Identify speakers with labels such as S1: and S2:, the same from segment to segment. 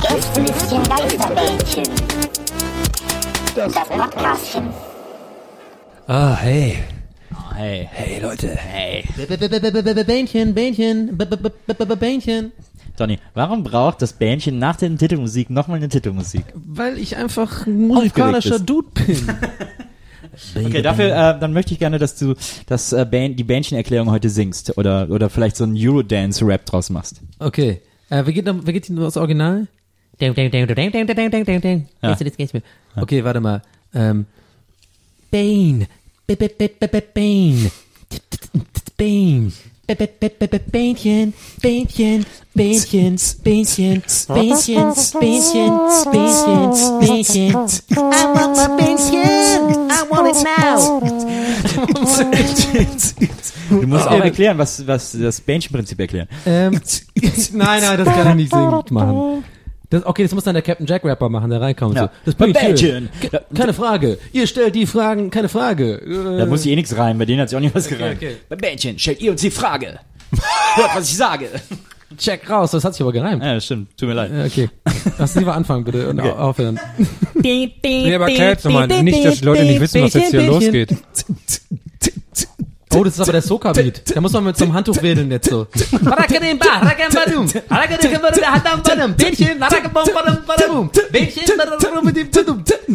S1: Gästelistchen Geisterbällchen. Das Podcastchen.
S2: Ah, hey.
S3: Hey.
S2: Hey, Leute.
S3: Hey.
S4: Bähnchen, Bähnchen, Bähnchen.
S3: Donny, warum braucht das Bähnchen nach der Titelmusik nochmal eine Titelmusik?
S4: Weil ich einfach ein musikalischer
S3: bist.
S4: Dude bin.
S3: Okay, dafür, äh, dann möchte ich gerne, dass du das, äh, Bähn, die Bähnchenerklärung heute singst oder, oder vielleicht so einen Eurodance-Rap draus machst.
S4: Okay. Äh, wie geht, noch- wie geht denn das Original? Ding, ding, ding, ding, ding, ding, ding, ding, ding, ding.
S3: Ja.
S2: Ah.
S4: Kennst du das, kennst du das? Okay, warte mal. Ähm, Bane. B- b- b- b- b- Bane. T- t- t- t- Bane. B- b- b- b- b- Bähnchen, Bähnchen, Bähnchen, Bähnchen, Bähnchen, Bähnchen, Bähnchen, Bähnchen. I want my Bähnchen. I want it now.
S3: Du musst auch erklären, was, was das Bähnchen-Prinzip erklären.
S4: Ähm, nein, nein, das kann ich nicht singen machen. Das, okay, das muss dann der Captain Jack Rapper machen, der reinkommt.
S3: Ja.
S4: So. Das bin ich
S3: Bähnchen.
S4: schön. Ke- Keine Frage. Ihr stellt die Fragen, keine Frage. Äh,
S3: Da muss ich eh nichts rein, bei denen hat sich auch nicht was gereimt.
S4: okay.
S3: Bei Bähnchen stellt ihr uns die Frage. Hört, was ich sage.
S4: Jack raus, das hat sich aber gereimt.
S3: Ja, stimmt, tut mir leid.
S4: Äh, Okay. Lass uns lieber anfangen, bitte, und au- aufhören.
S2: Nee, aber erklär jetzt nochmal. Nicht, dass die Leute nicht wissen, was jetzt hier losgeht.
S4: Oh, das ist aber der Soka-Beat. Da muss man mit so einem Handtuch wedeln jetzt so.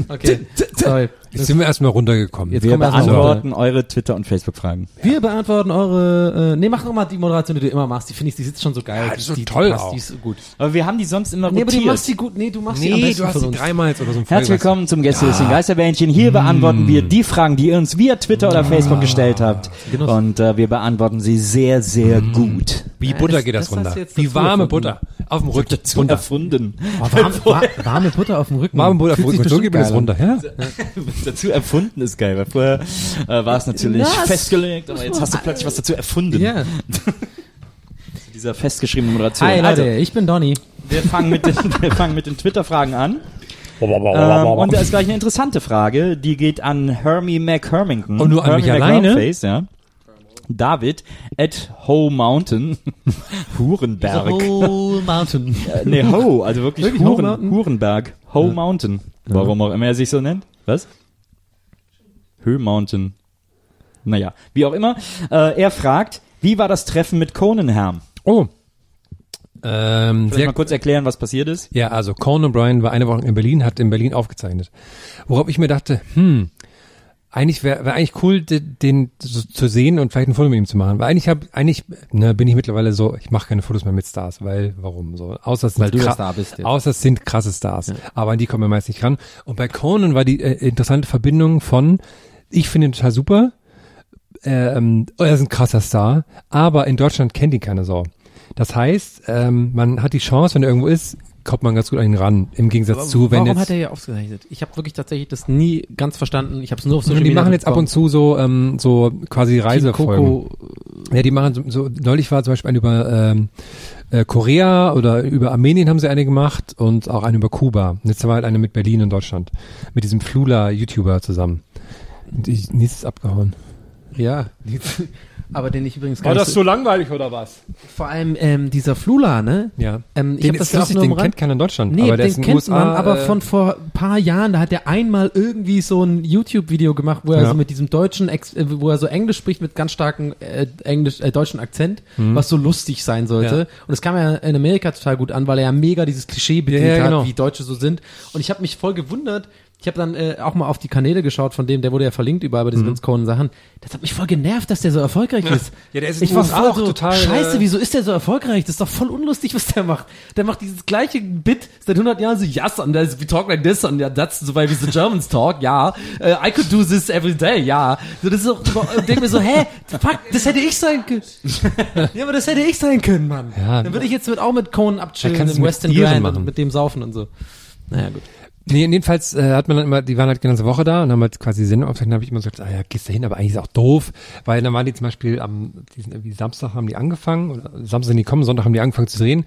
S4: Okay, sorry.
S2: Jetzt sind wir erstmal runtergekommen.
S4: Jetzt
S3: Wir
S4: kommen erst mal
S3: beantworten eure Twitter- und Facebook-Fragen.
S4: Wir beantworten eure. Äh, nee, mach nochmal die Moderation, die du immer machst. Die finde ich, die sitzt schon so geil.
S2: Ja, die ist so
S4: die,
S2: toll
S4: die, passt,
S2: auch.
S4: Die ist so gut.
S3: Aber wir haben die sonst immer
S4: Nee,
S3: rotiert.
S4: aber du machst die gut. Nee, du machst die am
S2: Nee,
S4: besten
S2: du hast
S4: von
S2: die
S4: uns.
S2: dreimal jetzt oder so.
S3: Herzlich willkommen zum Gästelistchen Geisterbähnchen. Hier beantworten wir die Fragen, die ihr uns via Twitter oder Facebook gestellt habt.
S4: Genuss.
S3: Und äh, wir beantworten sie sehr, sehr gut.
S2: Wie
S4: das-
S2: Butter geht das
S4: das hast
S2: runter.
S4: du jetzt
S2: Wie
S4: dazu
S2: warme
S4: erfunden.
S2: Butter. Auf dem Rücken. Runter.
S3: Erfunden.
S4: Oh, warm, war, warme Butter auf dem Rücken.
S2: Warme Butter auf dem
S4: Fühlt sich
S2: Rücken. So
S4: bestimmt
S2: geht mir das
S4: geil
S2: runter. Ja?
S3: dazu erfunden ist geil, weil vorher äh, war es natürlich
S4: Na, es-
S3: festgelegt, aber jetzt hast du plötzlich was dazu erfunden.
S4: an. Ja.
S3: Dieser festgeschriebenen Moderation.
S4: Hi Leute,
S3: also,
S4: ich bin Donny.
S3: wir fangen mit den, wir fangen mit den Twitter-Fragen an. Ähm, und da ist gleich eine interessante Frage, die geht an Hermie McHermington.
S2: Und nur an
S3: Hermie
S2: mich alleine?
S3: McLoveface, ja. David at Ho Mountain Hurenberg.
S4: Oh, Mountain.
S3: Nee, Ho, also wirklich,
S4: Wirklich Ho
S3: Huren,
S4: Mountain?
S3: Hurenberg. Ho Mountain. Warum auch immer er sich so nennt. Was? Hö Mountain. Naja, wie auch immer. Äh, er fragt, wie war das Treffen mit Conanham?
S2: Oh. Ähm,
S3: Vielleicht
S2: sehr
S3: mal kurz erklären, was passiert ist.
S2: Ja, also Conan O'Brien war eine Woche in Berlin, hat in Berlin aufgezeichnet. Worauf ich mir dachte, hm, eigentlich wäre wär eigentlich cool, de- den so zu sehen und vielleicht ein Foto mit ihm zu machen. Weil eigentlich hab, eigentlich ne, bin ich mittlerweile so, ich mache keine Fotos mehr mit Stars, weil warum so? Außer es sind
S4: Weil du der
S2: kra-
S4: Star bist jetzt.
S2: Außer es sind krasse Stars, aber an die kommen wir meist nicht ran. Und bei Conan war die äh, interessante Verbindung von, ich finde ihn total super, äh, ähm, oh, er ist ein krasser Star, aber in Deutschland kennt ihn keine Sau. Das heißt, ähm, man hat die Chance, wenn er irgendwo ist, kommt man ganz gut an ihn ran. Im Gegensatz zu, wenn
S4: Warum
S2: jetzt,
S4: hat er hier aufgezeichnet? Ich habe wirklich tatsächlich das nie ganz verstanden. Ich habe es nur auf Social
S2: die
S4: Media
S2: machen jetzt ab und
S4: mitbekommen.
S2: zu so, ähm, so quasi
S4: Team
S2: Reisefolgen.
S4: Coco,
S2: Ja, die machen so, so, neulich war zum Beispiel eine über ähm, äh, Korea oder über Armenien haben sie eine gemacht und auch eine über Kuba. Und Jetzt war halt eine mit Berlin und Deutschland. Mit diesem Flula-YouTuber zusammen. Die, nichts ist abgehauen.
S4: ja. Aber den ich übrigens gar nicht-
S2: so langweilig oder was?
S4: Vor allem ähm, dieser Flula, ne?
S2: Ja.
S4: Ähm, ich
S2: den
S4: hab das
S2: ist
S4: ja auch
S2: lustig,
S4: nur
S2: den
S4: am Rand-
S2: kennt keiner in Deutschland.
S4: Nee,
S2: aber der
S4: den
S2: ist in den
S4: kennt
S2: USA,
S4: man, aber
S2: äh,
S4: von vor ein paar Jahren, da hat er einmal irgendwie so ein YouTube-Video gemacht, wo er
S2: Ja.
S4: so mit diesem deutschen, Ex äh, wo er so Englisch spricht mit ganz starken äh, Englisch, äh, deutschen Akzent, was so lustig sein sollte.
S2: Mhm. Ja.
S4: Und das kam ja in Amerika total gut an, weil er ja mega dieses Klischee bedient
S2: Ja, ja, genau.
S4: hat, wie Deutsche so sind. Und ich habe mich voll gewundert, Ich habe dann äh, auch mal auf die Kanäle geschaut von dem, der wurde ja verlinkt überall bei diesen ganz Conan Sachen. Das hat mich voll genervt, dass der so erfolgreich ist.
S2: Mhm. Ja, der ist in
S4: ich
S2: den
S4: war
S2: USA
S4: voll
S2: auch
S4: so,
S2: total,
S4: Scheiße,
S2: äh,
S4: wieso ist der so erfolgreich? Das ist doch voll unlustig, was der macht. Der macht dieses gleiche Bit seit 100 Jahren so, yes, and that's, we talk like this, and yeah, that's the way we the Germans talk, ja. Äh, I could do this every day, ja. So, das ist auch, ich denke mir so, hä, fuck, das hätte ich sein können. ja, aber das hätte ich sein können, Mann.
S2: Ja.
S4: dann würde ich jetzt mit, auch mit Conan abchillen,
S2: Da kannst
S4: im
S2: du mit
S4: Western
S2: Iren
S4: Grand
S2: machen.
S4: und mit dem saufen und so. Naja, gut.
S2: Nee, jedenfalls äh, hat man dann immer, die waren halt die ganze Woche da und haben halt quasi die Sendung aufgezeichnet, habe ich immer so gesagt, ah ja, gehst du hin, aber eigentlich ist es auch doof, weil dann waren die zum Beispiel am, die sind irgendwie Samstag haben die angefangen, oder Samstag sind die kommen, Sonntag haben die angefangen zu drehen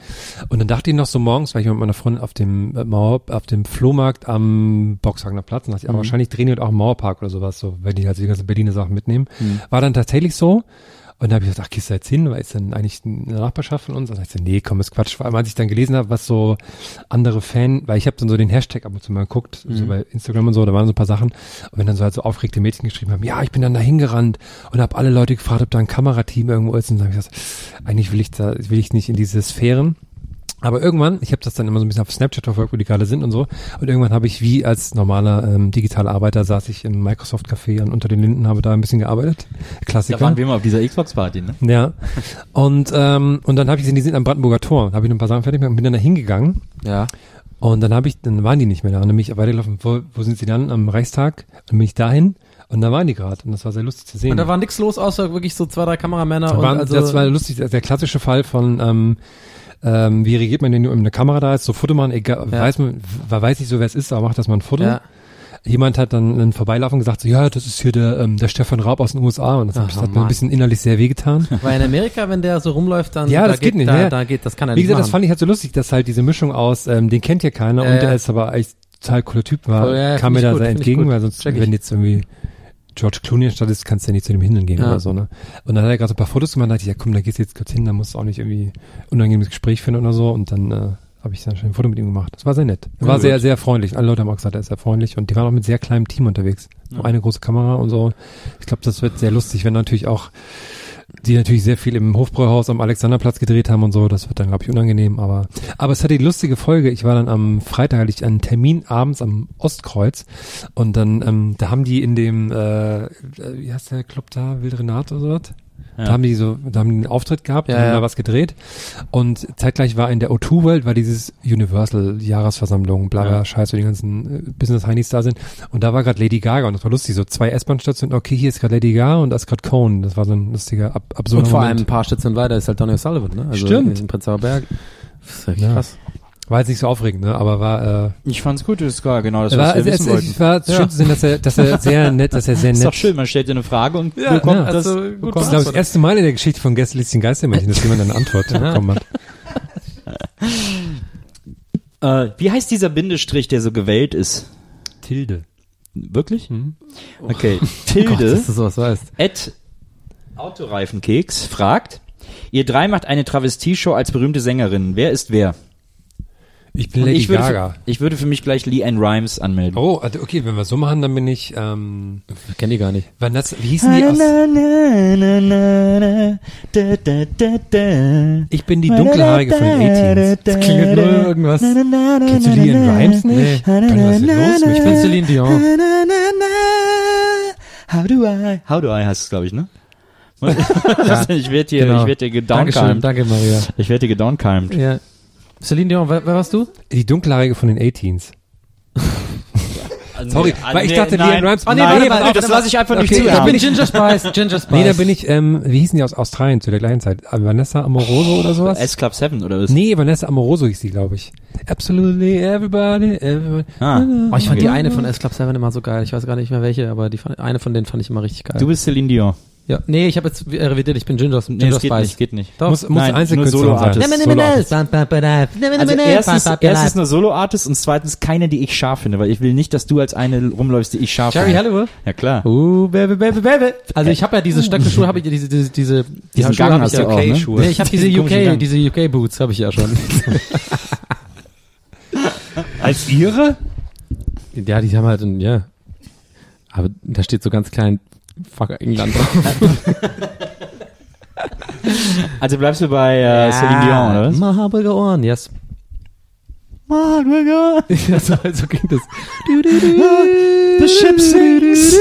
S2: und dann dachte ich noch so morgens, weil ich war mit meiner Freundin auf dem äh, Mauer, auf dem Flohmarkt am Boxhagener Platz und dachte ich, ah, wahrscheinlich drehen die heute auch im Mauerpark oder sowas, so, wenn die halt die ganzen Berliner Sachen mitnehmen. War dann tatsächlich so. Und da habe ich gesagt, ach, gehst du jetzt hin, weil ist dann eigentlich eine Nachbarschaft von uns? Und dann dachte ich, so, nee, komm, ist Quatsch. Vor allem, als ich dann gelesen habe, was so andere Fan, weil ich habe dann so den Hashtag ab und zu mal geguckt,
S3: Mhm.
S2: so bei Instagram und so, da waren so ein paar Sachen. Und wenn dann so halt so aufgeregte Mädchen geschrieben haben, ja, ich bin dann da hingerannt und habe alle Leute gefragt, ob da ein Kamerateam irgendwo ist. Und dann habe ich gesagt, eigentlich will ich da, will ich nicht in diese Sphären. Aber irgendwann, ich habe das dann immer so ein bisschen auf Snapchat verfolgt, wo die gerade sind und so. Und irgendwann habe ich wie als normaler ähm, digitaler Arbeiter saß ich im Microsoft Café und unter den Linden habe da ein bisschen gearbeitet. Klassiker.
S3: Da waren wir mal auf dieser Xbox-Party, ne?
S2: Ja. Und, ähm, und dann habe ich gesehen, die sind am Brandenburger Tor. Da habe ich noch ein paar Sachen fertig gemacht und bin dann da hingegangen.
S4: Ja.
S2: Und dann habe ich, dann waren die nicht mehr da. Und dann bin ich weitergelaufen, wo, wo sind sie dann? Am Reichstag. Dann bin ich dahin und da waren die gerade. Und das war sehr lustig zu sehen.
S4: Und da war nichts los, außer wirklich so zwei, drei Kameramänner
S2: Da
S4: und
S2: waren,
S4: also,
S2: das war lustig, also der klassische Fall von ähm, ähm, wie reagiert man, wenn nur eine Kamera da ist, so Foto machen, egal,
S4: Ja.
S2: weiß man, w- weiß nicht so, wer es ist, aber macht das mal ein Foto.
S4: ja.
S2: Jemand hat dann einen Vorbeilaufen gesagt, so, ja, das ist hier der, ähm, der Stefan Raab aus den USA und das,
S4: Ach,
S2: das
S4: oh
S2: hat mir
S4: Mann.
S2: ein bisschen innerlich sehr wehgetan.
S4: Weil in Amerika, wenn der so rumläuft, dann
S2: Ja,
S4: da
S2: das geht nicht,
S4: Da,
S2: ja.
S4: da geht, das kann er
S2: Wie
S4: nicht
S2: gesagt, das
S4: machen.
S2: fand ich halt so lustig, dass halt diese Mischung aus, ähm, den kennt hier keiner
S4: Ja,
S2: und der
S4: ja.
S2: ist aber echt total cooler Typ war,
S4: Voll, ja, find
S2: kam mir
S4: ich
S2: da
S4: gut,
S2: sehr
S4: find ich
S2: entgegen,
S4: gut.
S2: weil sonst,
S4: Check ich.
S2: wenn jetzt irgendwie George Clooney anstatt ist, kannst du ja nicht zu dem hingehen gehen
S4: Ja.
S2: oder so, ne? Und dann hat er gerade so ein paar Fotos gemacht, da dachte ich, ja komm, da gehst du jetzt kurz hin, da musst du auch nicht irgendwie unangenehmes Gespräch finden oder so und dann, äh, habe ich dann schon ein Foto mit ihm gemacht. Das war sehr nett. Er war sehr, sehr freundlich. Alle Leute haben auch gesagt, er ist sehr freundlich und die waren auch mit sehr kleinem Team unterwegs. Nur eine große Kamera und so. Ich glaube, das wird sehr lustig, wenn natürlich auch die natürlich sehr viel im Hofbräuhaus am Alexanderplatz gedreht haben und so. Das wird dann, glaube ich, unangenehm. Aber, aber es hatte die lustige Folge. Ich war dann am Freitag, hatte ich einen Termin abends am Ostkreuz. Und dann, ähm, da haben die in dem, äh, wie heißt der Club da? Wild Renat oder sowas?
S3: Ja.
S2: Da haben die so, da haben die einen Auftritt gehabt,
S4: Ja,
S2: haben
S4: ja.
S2: da was gedreht. Und zeitgleich war in der O2 World, war dieses Universal Jahresversammlung, bla, bla,
S3: Ja.
S2: Scheiß, wo die ganzen äh, Business Heinis da sind. Und da war gerade Lady Gaga und das war lustig. So zwei S-Bahn-Stationen. Okay, hier ist gerade Lady Gaga und da ist gerade Cohen. Das war so ein lustiger, ab, absurder
S4: und vor allem
S2: Moment.
S4: ein paar Stationen weiter ist halt Donny O'Sullivan, ne? Also
S2: Stimmt.
S4: In Prenzlauer Berg. Das ist echt
S2: Ja.
S4: krass.
S2: War jetzt nicht so aufregend, ne? Aber war, äh,
S3: Ich fand's gut, das war genau das, was
S2: war,
S3: wir
S2: es, es,
S3: wissen wollten.
S2: es war schön zu sehen, dass er, dass er sehr nett, dass er sehr
S3: Ist doch
S2: nett.
S3: schön, man stellt dir eine Frage und bekommt
S2: ja.
S3: das.
S4: Also, gut
S2: Das ist, glaube ich, das
S4: beantwortet.
S2: erste Mal in der Geschichte von Gästelistchen Geistermännchen, dass jemand eine Antwort bekommen hat.
S3: Äh, wie heißt dieser Bindestrich, der so gewellt ist?
S2: Tilde.
S3: Wirklich?
S2: Mhm.
S3: Okay.
S4: Gott,
S3: Tilde.
S4: dass du sowas weißt.
S3: Ed Autoreifenkeks fragt, ihr drei macht eine Travestie-Show als berühmte Sängerin. Wer ist wer?
S2: Ich bin
S3: Und
S2: Lady
S3: ich, würde
S2: Gaga.
S3: Für, ich würde für mich gleich Lee Ann Rhymes anmelden.
S2: Oh, also okay, wenn wir so machen, dann bin ich, ähm,
S4: Ich kenn die gar nicht.
S2: wann das, wie hießen die aus? Ich bin die dunkelhaarige von den E-Teens.
S4: Das klingelt nur irgendwas.
S2: Kennst du Lee in Rhymes nicht?
S4: Nee.
S2: Dann was ist los? mit
S4: Ich bin Celine Dion.
S3: How do I? How do I heißt es, glaube ich, ne? ich werde hier,
S4: Genau.
S3: ich werde hier
S4: Dankeschön,
S3: gedownkalmt.
S4: danke Maria.
S3: Ich werde hier gedownkalmt.
S4: Ja. Celine Dion, wer, wer warst du?
S2: Die dunkelhaarige von den 18s. Sorry, weil ich dachte, Lee
S3: nein,
S2: and Rhymes-
S3: Ah, nee,
S2: Nein,
S3: warte,
S2: warte,
S3: mal, das
S2: warte,
S3: lasse ich einfach nicht
S2: okay,
S3: zu.
S2: da
S3: Ja.
S2: bin
S4: Ginger Spice, Ginger Spice.
S2: Nee, da bin ich, ähm, wie hießen die aus Australien zu der gleichen Zeit? Vanessa Amoroso oder sowas?
S3: S-Club 7 oder was?
S2: Nee, Vanessa Amoroso hieß die, glaube ich. Absolutely everybody, everybody.
S3: Ah.
S4: Oh, ich fand die eine von S Club 7 immer so geil. Ich weiß gar nicht mehr welche, aber die fand, eine von denen fand ich immer richtig geil.
S3: Du bist Celine Dion.
S4: ja, nee, ich habe jetzt äh, revidiert, ich bin Ginger, Ginger
S3: Nee, das geht
S4: Spice.
S3: nicht, geht nicht.
S4: Doch.
S2: Muss, muss
S3: Nein,
S2: Einzelkünstler
S3: nur Solo-Artist.
S2: sein. Solo-Artist.
S3: Also erstens, erstens
S4: erstens
S3: eine Solo-Artist und zweitens keine, die ich scharf finde, weil ich will nicht, dass du als eine rumläufst, die ich scharf
S4: Jerry
S3: finde.
S4: Halliwell?
S3: Ja klar.
S4: Uh, baby, baby, baby. Also ich habe ja diese Stöckelschuhe, habe ich diese diese diese
S3: Diesen
S4: Schuhe
S3: Gang
S4: hab
S3: hast
S4: ich ja
S3: du auch, ne?
S4: UK-Schuhe. Nee, ich habe diese
S3: Diesen komischen
S4: UK
S3: Gang.
S4: diese UK Boots habe ich ja schon.
S3: Als ihre?
S4: ja, die haben halt ein ja. Aber da steht so ganz klein Fuck England drauf.
S3: Also bleibst du bei äh, Celine Dion, oder was?
S4: Mahaberger Ohren, yes.
S3: Hamburger.
S2: Ja, so, so ging das.
S3: The ship sinks.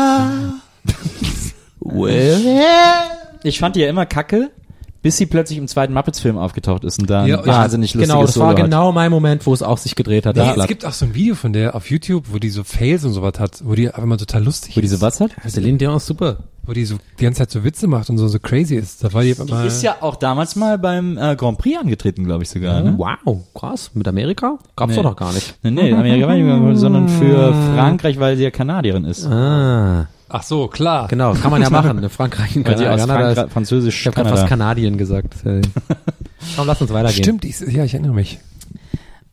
S3: Ich fand die ja immer kacke, bis sie plötzlich im zweiten Muppets-Film aufgetaucht ist und dann
S2: Ja,
S3: wahnsinnig lustiges
S4: Genau, das
S3: Solo
S4: war
S3: hat.
S4: genau mein Moment, wo es auch sich gedreht hat.
S2: Nee,
S4: das
S2: es
S4: Blatt.
S2: gibt auch so ein Video von der auf YouTube, wo die so Fails und sowas hat, wo die einfach mal total lustig
S3: Wo
S2: ist.
S3: diese was hat?
S4: Celine Dion ist super.
S2: Wo die so die ganze Zeit so Witze macht und so, so crazy ist. Da war die, einfach mal,
S3: Die ist ja auch damals mal beim äh, Grand Prix angetreten, glaube ich sogar. Ne?
S4: Wow, krass. Mit Amerika? Gab's
S3: Nee.
S4: doch noch gar nicht.
S3: Nee, nee, Amerika war nicht mehr, sondern für Frankreich, weil sie ja Kanadierin ist.
S4: Ah,
S2: Ach so, klar.
S4: genau, kann man ja machen. In Frankreich, in
S3: weil sie
S4: Kanada,
S3: aus
S4: Kanada
S3: Frankreich,
S4: ist,
S3: Französisch
S4: ich habe gerade
S3: Kanada.
S4: fast Kanadien gesagt. Äh, Komm, lass uns weitergehen.
S2: Stimmt, ich, ja, ich erinnere mich.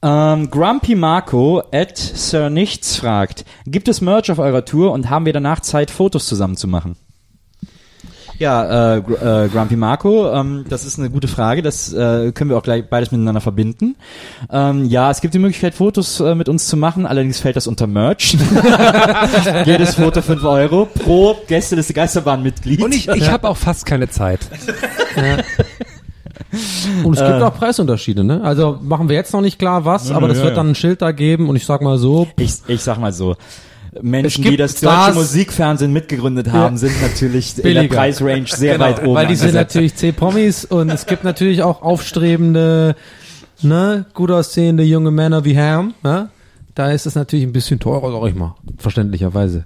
S3: Ähm, Grumpy Marco at Sir Nichts fragt, gibt es Merch auf eurer Tour und haben wir danach Zeit, Fotos zusammen zu machen? Ja, äh, Gr äh, Grumpy Marco, ähm, das ist eine gute Frage. Das äh, können wir auch gleich beides miteinander verbinden. Ähm, ja, es gibt die Möglichkeit, Fotos äh, mit uns zu machen. Allerdings fällt das unter Merch. Jedes Foto 5 Euro pro Gäste des Geisterbahn-Mitglied.
S2: Und ich, ich habe auch fast keine Zeit.
S4: Und es gibt auch Preisunterschiede, ne? Also machen wir jetzt noch nicht klar was, aber das
S3: ja,
S4: wird
S3: ja.
S4: dann ein Schild da geben und ich sag mal so,
S3: Ich, ich sag mal so. Menschen,
S4: Es gibt
S3: die das
S4: Stars-
S3: deutsche Musikfernsehen mitgegründet haben, sind natürlich in
S4: Billiger. Genau,
S3: der Preisrange sehr weit oben.
S4: weil die sind
S3: angesetzt.
S4: natürlich C-Promis und es gibt natürlich auch aufstrebende, ne, gut aussehende junge Männer wie Herm, ne? Da ist es natürlich ein bisschen teurer, sag ich mal. Verständlicherweise.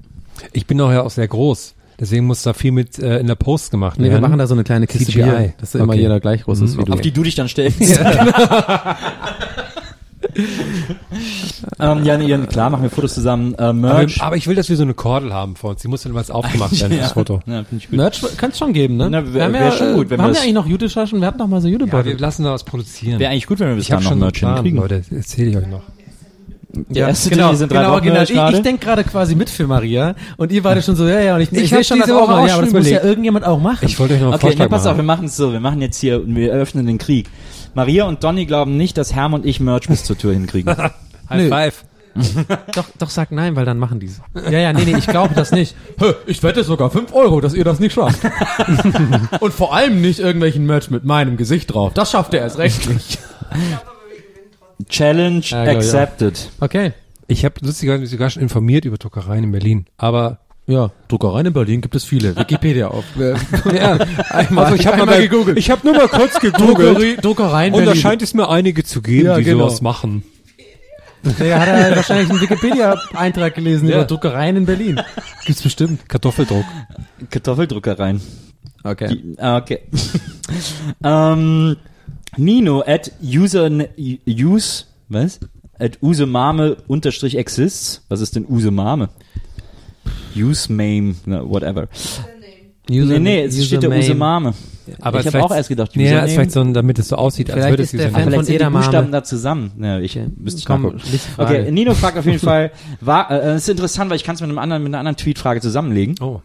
S2: Ich bin auch ja auch sehr groß. Deswegen muss da viel mit äh, in der Post gemacht
S4: Nee,
S2: werden.
S4: wir machen da so eine kleine Kiste
S2: CGI.
S4: Bier, dass immer
S2: Okay. Mhm.
S4: jeder gleich groß ist wie du.
S3: auf die du dich dann stellst. ähm, ja, nee, ja, klar, machen wir Fotos zusammen. Äh,
S2: aber,
S3: Merch.
S2: Ähm, aber ich will, dass wir so eine Kordel haben vor uns. Die muss dann was aufgemacht werden, das Foto.
S3: Ja, finde Ne, ich gut.
S4: Merch kann es schon geben, ne?
S3: Na, wär-
S4: Wir haben
S3: wär schon
S4: äh,
S3: gut, wenn wir
S4: haben wir
S3: das-
S4: eigentlich noch Jute-Taschen? Wir hatten doch mal so
S2: Ja, wir
S4: Jutebeutel.
S2: lassen da was produzieren.
S3: Wäre eigentlich gut, wenn wir bis
S2: ich habe
S3: dann noch
S2: schon
S3: Merch
S2: einen
S3: hinkriegen.
S2: Plan, Leute. Das erzähle ich euch noch.
S3: Der erste Termin sind drei Wochen,
S4: genau.
S3: höre ich
S4: Ich, ich
S3: gerade.
S4: denke gerade quasi mit für Maria und ihr beide schon so, ja, ja, und ich,
S2: Ich
S4: ich,
S2: hab
S4: sehe schon, dass
S2: diese
S4: auch
S2: Woche
S4: mal,
S2: auch
S4: ja, aber
S2: schon
S4: das muss ja
S2: überlegt.
S4: irgendjemand auch machen.
S2: Ich wollte euch noch einen
S3: Okay,
S2: Vorschlag
S3: nee, pass
S2: machen.
S3: auf, wir machen es so. Wir machen jetzt hier, wir eröffnen den Krieg. Maria und Donny glauben nicht, dass Herm und ich Merch bis zur Tour hinkriegen.
S2: High
S4: Nö.
S2: five.
S4: Doch, doch sag nein, weil dann machen die's. ne? Ja, ja, nee, nee, ich glaube das nicht. Hö, ich wette sogar 5 Euro, dass ihr das nicht schafft. Und vor allem nicht irgendwelchen Merch mit meinem Gesicht drauf. Das schafft er erst recht nicht.
S3: Challenge
S4: glaub
S2: genau,
S4: ich auch.
S3: accepted.
S4: Okay.
S2: Ich habe lustigerweise sogar schon informiert über Druckereien in Berlin. Aber
S4: Ja, Druckereien in Berlin gibt es viele. Wikipedia auf.
S2: ja, einmal, also ich habe
S4: einmal
S2: mal
S4: gegoogelt.
S2: gegoogelt. Ich habe nur mal kurz gegoogelt.
S4: Druckereien
S2: Und da scheint es mir einige zu geben,
S4: Ja,
S2: die
S4: genau.
S2: sowas machen.
S4: Der hat er wahrscheinlich einen Wikipedia-Eintrag gelesen
S2: Ja.
S4: über Druckereien in Berlin. Gibt's bestimmt.
S2: Kartoffeldruck.
S3: Kartoffeldruckereien.
S4: Okay.
S3: Die- ah, Okay. ähm, Nino at user use was? At usemame unterstrich exists. Was ist denn usemame? Usemame, na, whatever.
S4: User,
S3: nee, nee, es steht da usemame.
S2: Aber
S3: ich habe
S2: vielleicht-
S3: auch erst gedacht,
S2: Ja,
S3: Username.
S2: ist vielleicht so ein, damit es so aussieht, als
S4: Vielleicht
S2: würde
S4: ist
S2: es
S4: der
S3: Ah,
S2: Username.
S4: Fan-
S3: vielleicht
S4: von
S3: sind die
S4: Edamame.
S3: Buchstaben da zusammen. Ja, ich müsste ich
S4: Komm,
S3: nachgucken.
S4: nächste Frage.
S3: Okay, Nino fragt auf jeden Fall, war, äh, das ist interessant, weil ich kann es mit einem anderen, mit einer anderen Tweetfrage zusammenlegen.
S2: Oh.